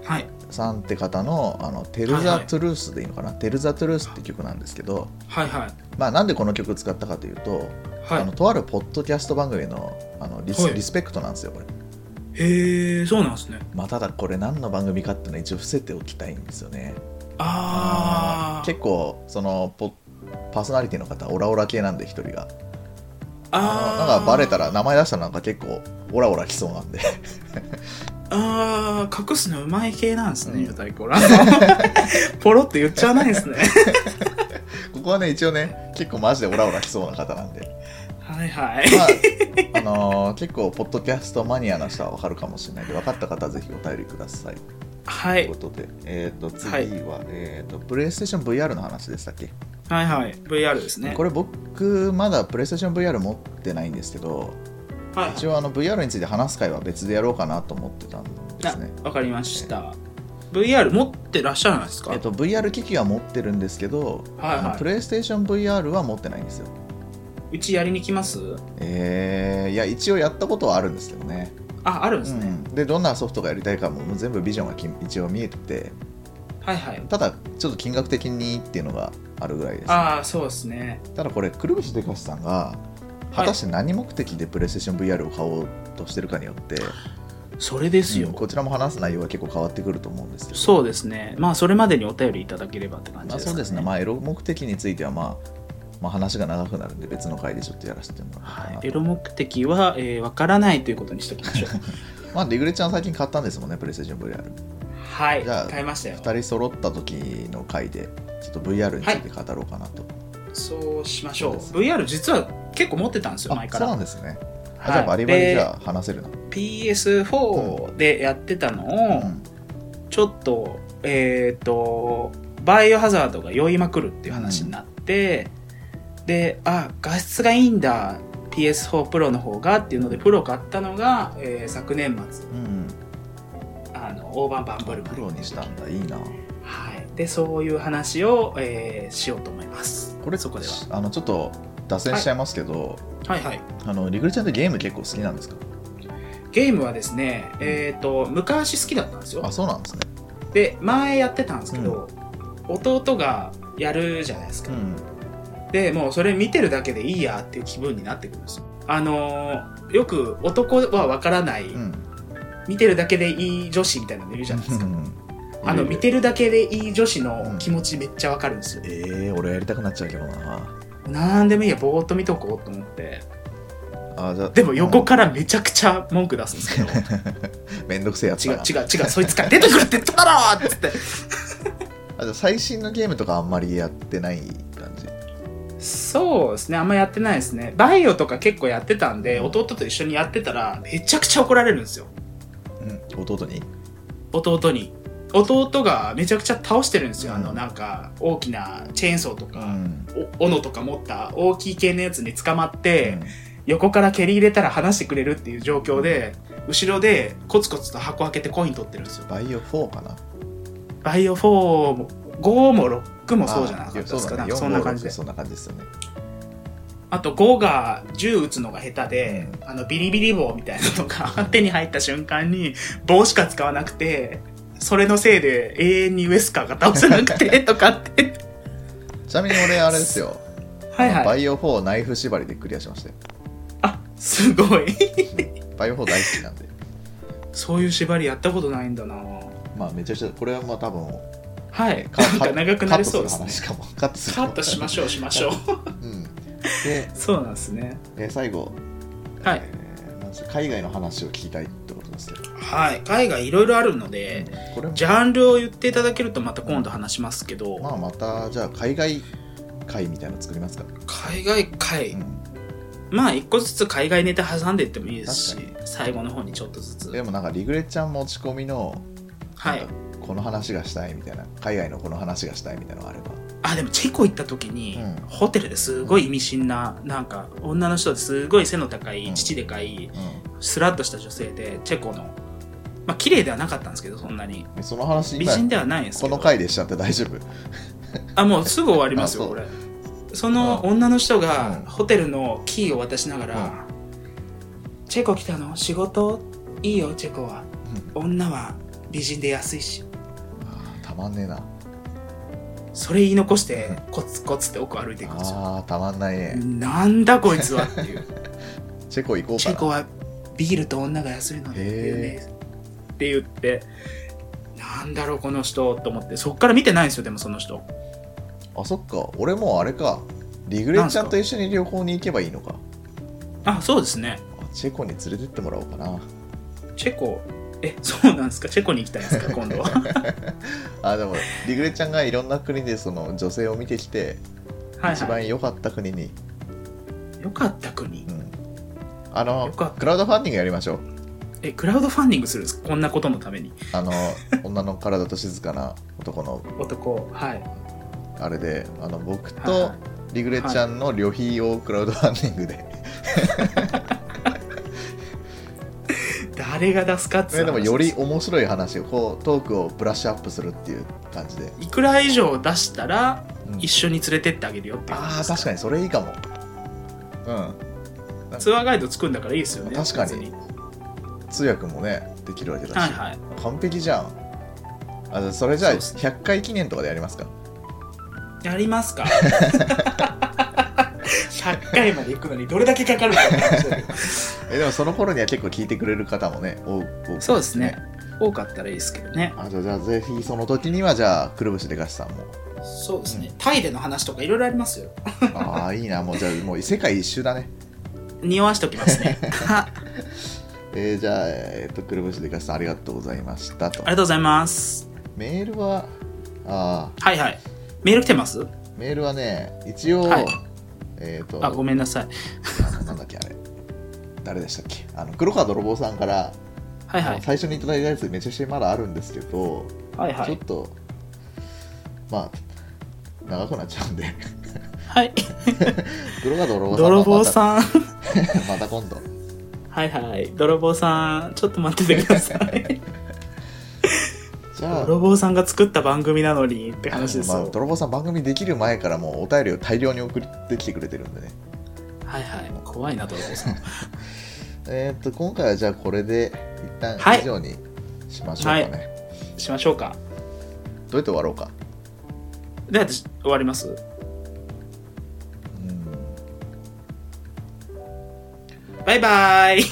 S4: はい。
S1: さんって方の「あの Tell
S4: はいは
S1: the
S4: い
S1: Truth」でいいのかな「Tell the Truth」って曲なんですけど、
S4: はいはい。
S1: まあ、なんでこの曲使ったかというと、あ
S4: は
S1: のとあるポッドキャスト番組のあのリス,、
S4: はい
S1: リスペクトなんですよこれ、
S4: い。へえ、そうなんですね。
S1: まあ、ただこれ何の番組かっていうのは一応伏せておきたいんですよね
S4: あー。
S1: 結構そのポパーソナリティの方オラオラ系なんで一人があの
S4: あー。
S1: なんかバレたら名前出したらなんか結構オラオラ来そうなんで
S4: あー、隠すのうまい系なんですね、ユタイコラ。 ポロって言っちゃわな いですね。
S1: ここはね一応ね結構マジでオラオラ来そうな方なんで
S4: はいはい。
S1: まあ、あのー結構、ポッドキャストマニアな人は分かるかもしれないけど、分かった方はぜひお便りください。と
S4: は
S1: いう
S4: い
S1: こ。とで、えっ、と、次は、
S4: はい
S1: えっ、と、プレイステーション VR の話でしたっけ、
S4: はいはい。VR ですね。
S1: これ僕、まだプレイステーション VR 持ってないんですけど、
S4: はい
S1: 一応、あの、VR について話す会は別でやろうかなと思ってたんですね。
S4: あわかりました。VR 持ってらっしゃるんですか
S1: えっと、VR 機器は持ってるんですけど、
S4: はいはい
S1: あのプレイステーション VR は持ってないんですよ。
S4: うちやりに来ます
S1: えー、いや、一応やったことはあるんですけどね。
S4: あ、あるんですね。
S1: うんで、どんなソフトがやりたいかももう全部ビジョンがき一応見えてて、
S4: はいはい。
S1: ただちょっと金額的にっていうのがあるぐらいです
S4: ああ、そうですね。
S1: ただこれくるぶしでかしさんが果たして何目的でプレイステーション VR を買おうとしてるかによって、
S4: それですよ。
S1: うんこちらも話す内容は結構変わってくると思うんですけど
S4: そうですね。まあ、それまでにお便りいただければって感じ
S1: まあ、
S4: ですか、ね。
S1: そうですね、まあ、エロ目的については、まあ、まあ話が長くなるんで別の回でちょっとやらせてもらおうかな、
S4: はい、エロ目的は、えーわからないということにしておきましょう。
S1: まあ、リグレちゃん最近買ったんですもんねプレイステーション VR
S4: はい。
S1: じゃあ
S4: 買いましたよ。
S1: 2人揃った時の回でちょっと VR について語ろうかなと、
S4: そうしましょう。
S1: そう
S4: VR 実は結構持ってたんですよ、前
S1: あ
S4: か
S1: そう
S4: ら。
S1: なんですね、あ
S4: はい
S1: じゃあバリバリじゃあ話せるな、
S4: PS4 でやってたのを、
S1: うん
S4: ちょっと、えっ、と、バイオハザードが酔いまくるっていう話になって、で、あ、画質がいいんだ、PS4 プロの方がっていうので、プロ買ったのが、えー昨年末、
S1: うん
S4: あの、大盤バンブルマン
S1: プロにしたんだいいな
S4: はい。で、そういう話を、えーしようと思います。
S1: これ
S4: そこでは。
S1: あのちょっと脱線しちゃいますけど、
S4: はいはい。
S1: あのリグレちゃんってゲーム結構好きなんですか
S4: ゲームはですね、えっ、と、昔好きだったんですよ
S1: あ。そうなんですね
S4: で、前やってたんですけど、弟がやるじゃないですか。
S1: ん
S4: でもうそれ見てるだけでいいやっていう気分になってくるんですよあのーよく男はわからない、
S1: うん
S4: 見てるだけでいい女子みたいなのいるじゃないですか、
S1: うん
S4: あの
S1: いるい
S4: 見
S1: る
S4: てるだけでいい女子の気持ちめっちゃわかるんですよ、
S1: えー、俺やりたくなっちゃうけどな
S4: なんでもいいやぼーっと見とこうと思って
S1: あじゃあ
S4: でも横からめちゃくちゃ文句出すんですけど、
S1: うんめんどくせえやつ
S4: 違
S1: だ
S4: う
S1: な
S4: 違う違うそいつから出てくるって言っただろっつって
S1: あじゃあ最新のゲームとかあんまりやってない感じ
S4: そうですねあんまやってないですねバイオとか結構やってたんで弟と一緒にやってたらめちゃくちゃ怒られるんですよ
S1: うん弟に
S4: 弟に弟がめちゃくちゃ倒してるんですよ、
S1: うん
S4: あのなんか大きなチェーンソーと
S1: う
S4: か、
S1: ん
S4: お斧とか持った大きい系のやつに捕まって、横から蹴り入れたら離してくれるっていう状況で後ろでコツコツと箱開けてコイン取ってるんですよ
S1: バイオ4かな
S4: バイオ4 5も6もそうじゃなかったですか、
S1: あ
S4: なん
S1: ー
S4: かそんな感じで
S1: 456そんな感じですよね。
S4: あと5が銃撃つのが下手で、あのビリビリ棒みたいなのが 手に入った瞬間に棒しか使わなくて、それのせいで永遠にウエスカーが倒せなく てとかって。
S1: ちなみに俺、あれですよ。
S4: はい
S1: あのバ
S4: はい。
S1: イオ4ナイフ縛りでクリアしましたよ。
S4: あ、すごい。
S1: バイオ4大好きなんで。
S4: そういう縛りやったことないんだな
S1: まあ、めちゃくちゃ、これはまあ多分、
S4: はい。
S1: カ
S4: な
S1: カ
S4: んか長くなりそうです
S1: カッ
S4: ね
S1: ト。する話かも。カットする
S4: カットしましょう、しましょう。
S1: ょう。うん。で、
S4: そうなんですね。
S1: えー最後、
S4: はい
S1: えーなんですか海外の話を聞きたいってことですよ、
S4: はい。海外いろいろあるので、
S1: これも
S4: ジャンルを言っていただけるとまた今度話しますけど、
S1: まあまたじゃあ海外会みたいなの作りますか、
S4: 海外会
S1: うん、
S4: まあ一個ずつ海外ネタ挟んでいってもいいですし最後の方にちょっとずつ
S1: でもなんかリグレちゃん持ち込みの
S4: は
S1: ないんかこの話がしたいみたいな海外のこの話がしたいみたいなのがあれば
S4: あでもチェコ行った時に、
S1: うん
S4: ホテルですごい意味深ななんか女の人ですごい背の高い、
S1: うん
S4: 父でかい
S1: うん
S4: スラッとした女性でチェコのまあ綺麗ではなかったんですけどそんなに
S1: えその話
S4: 美
S1: 今
S4: 人ではないんですけ
S1: こ
S4: ど
S1: の回でしちゃって大丈夫
S4: あもうすぐ終わります
S1: あ
S4: よ
S1: そう
S4: これその女の人が
S1: うん
S4: ホテルのキーを渡しながら「チェコ来たの仕事いいよチェコは女は美人で安いし
S1: あーたまんねえな」
S4: それ言い残してコツコツって奥歩いていくんですよ
S1: あーたまんないね
S4: なんだこいつはって いう
S1: チェコ行こう
S4: チ
S1: か
S4: ェコ
S1: な
S4: はビールと女が安いので有名
S1: へ
S4: って言ってなんだろうこの人と思ってそっから見てないんですよでもその人
S1: あそっか俺もうあれかリグレちゃんと一緒に旅行に行けばいいのか
S4: あそうですね
S1: あチェコに連れてってもらおうかな
S4: チェコえそうなんですかチェコに行きたいんです か今度ははい
S1: あでもリグレちゃんがいろんな国でその女性を見てきて、
S4: はい
S1: 一番良かった国に、
S4: よかった国
S1: うん、あ
S4: 良
S1: の
S4: かった
S1: クラウドファンディングやりましょう
S4: えクラウドファンディングするんですかこんなことのために
S1: あの女の体と静かな男の
S4: 男はい
S1: あれであの僕
S4: はい
S1: と
S4: はい
S1: リグレちゃんの旅費をクラウドファンディングで、
S4: 誰が出すかっつう
S1: それでもより
S4: 話す
S1: 面白い話をこうトークをブラッシュアップするっていう感じで、
S4: いくら以上出したら
S1: うん
S4: 一緒に連れてってあげるよっていう
S1: あ
S4: 話
S1: あ確かにそれいいかも
S4: ツアーガイド作るんだからいいですよね
S1: 確かにう
S4: 別
S1: ん通訳もねできるわけだし、
S4: はいはい
S1: 完璧じゃんあじゃあそれじゃあ
S4: そうっす
S1: 100回記念とかでやりますか
S4: やりますか100回まで行くのにどれだけかかるかって話だけど
S1: えでもその頃には結構聞いてくれる方もね多く多く
S4: そうですね多かったらいいですけどね
S1: あじゃあじゃあぜひその時にはじゃあくるぶしでかしさんも
S4: そうですね、タイでの話とかいろいろありますよ
S1: ああいいなもうじゃあもう世界一周だね
S4: 匂わしときます ねあ
S1: えーじゃあ、えーっとくるぶしでかしさんありがとうございましたと
S4: りがとうございます
S1: メールはあ
S4: はいはいメール来てます
S1: ーメールはね一応、
S4: はい
S1: えーっと
S4: あごめんなさい
S1: あのなんだっけあれ誰でしたっけあの黒川泥棒さんから、
S4: はいは
S1: あの
S4: い
S1: 最初にいただいたやつめちゃくちゃまだあるんですけど
S4: はいは
S1: ちょっ
S4: い
S1: と、まあ、長くなっちゃうんで、
S4: はい
S1: 黒が泥棒さん
S4: 泥棒
S1: ん
S4: さん
S1: またまた今度。
S4: はいはい泥棒さんちょっと待っててくださ い
S1: じゃあ、
S4: 泥棒さんが作った番組なのにって話です
S1: まあ、
S4: よ、
S1: 泥棒さん番組できる前からもうお便りを大量に送ってきてくれてるんでね。
S4: はいはい怖いな泥棒さん
S1: えーっと、今回はじゃあこれで一旦
S4: はい
S1: 以上にしましょうかね。
S4: はいしましょうか
S1: どうやって終わろうか。
S4: で私終わります
S1: うん
S4: バイバイ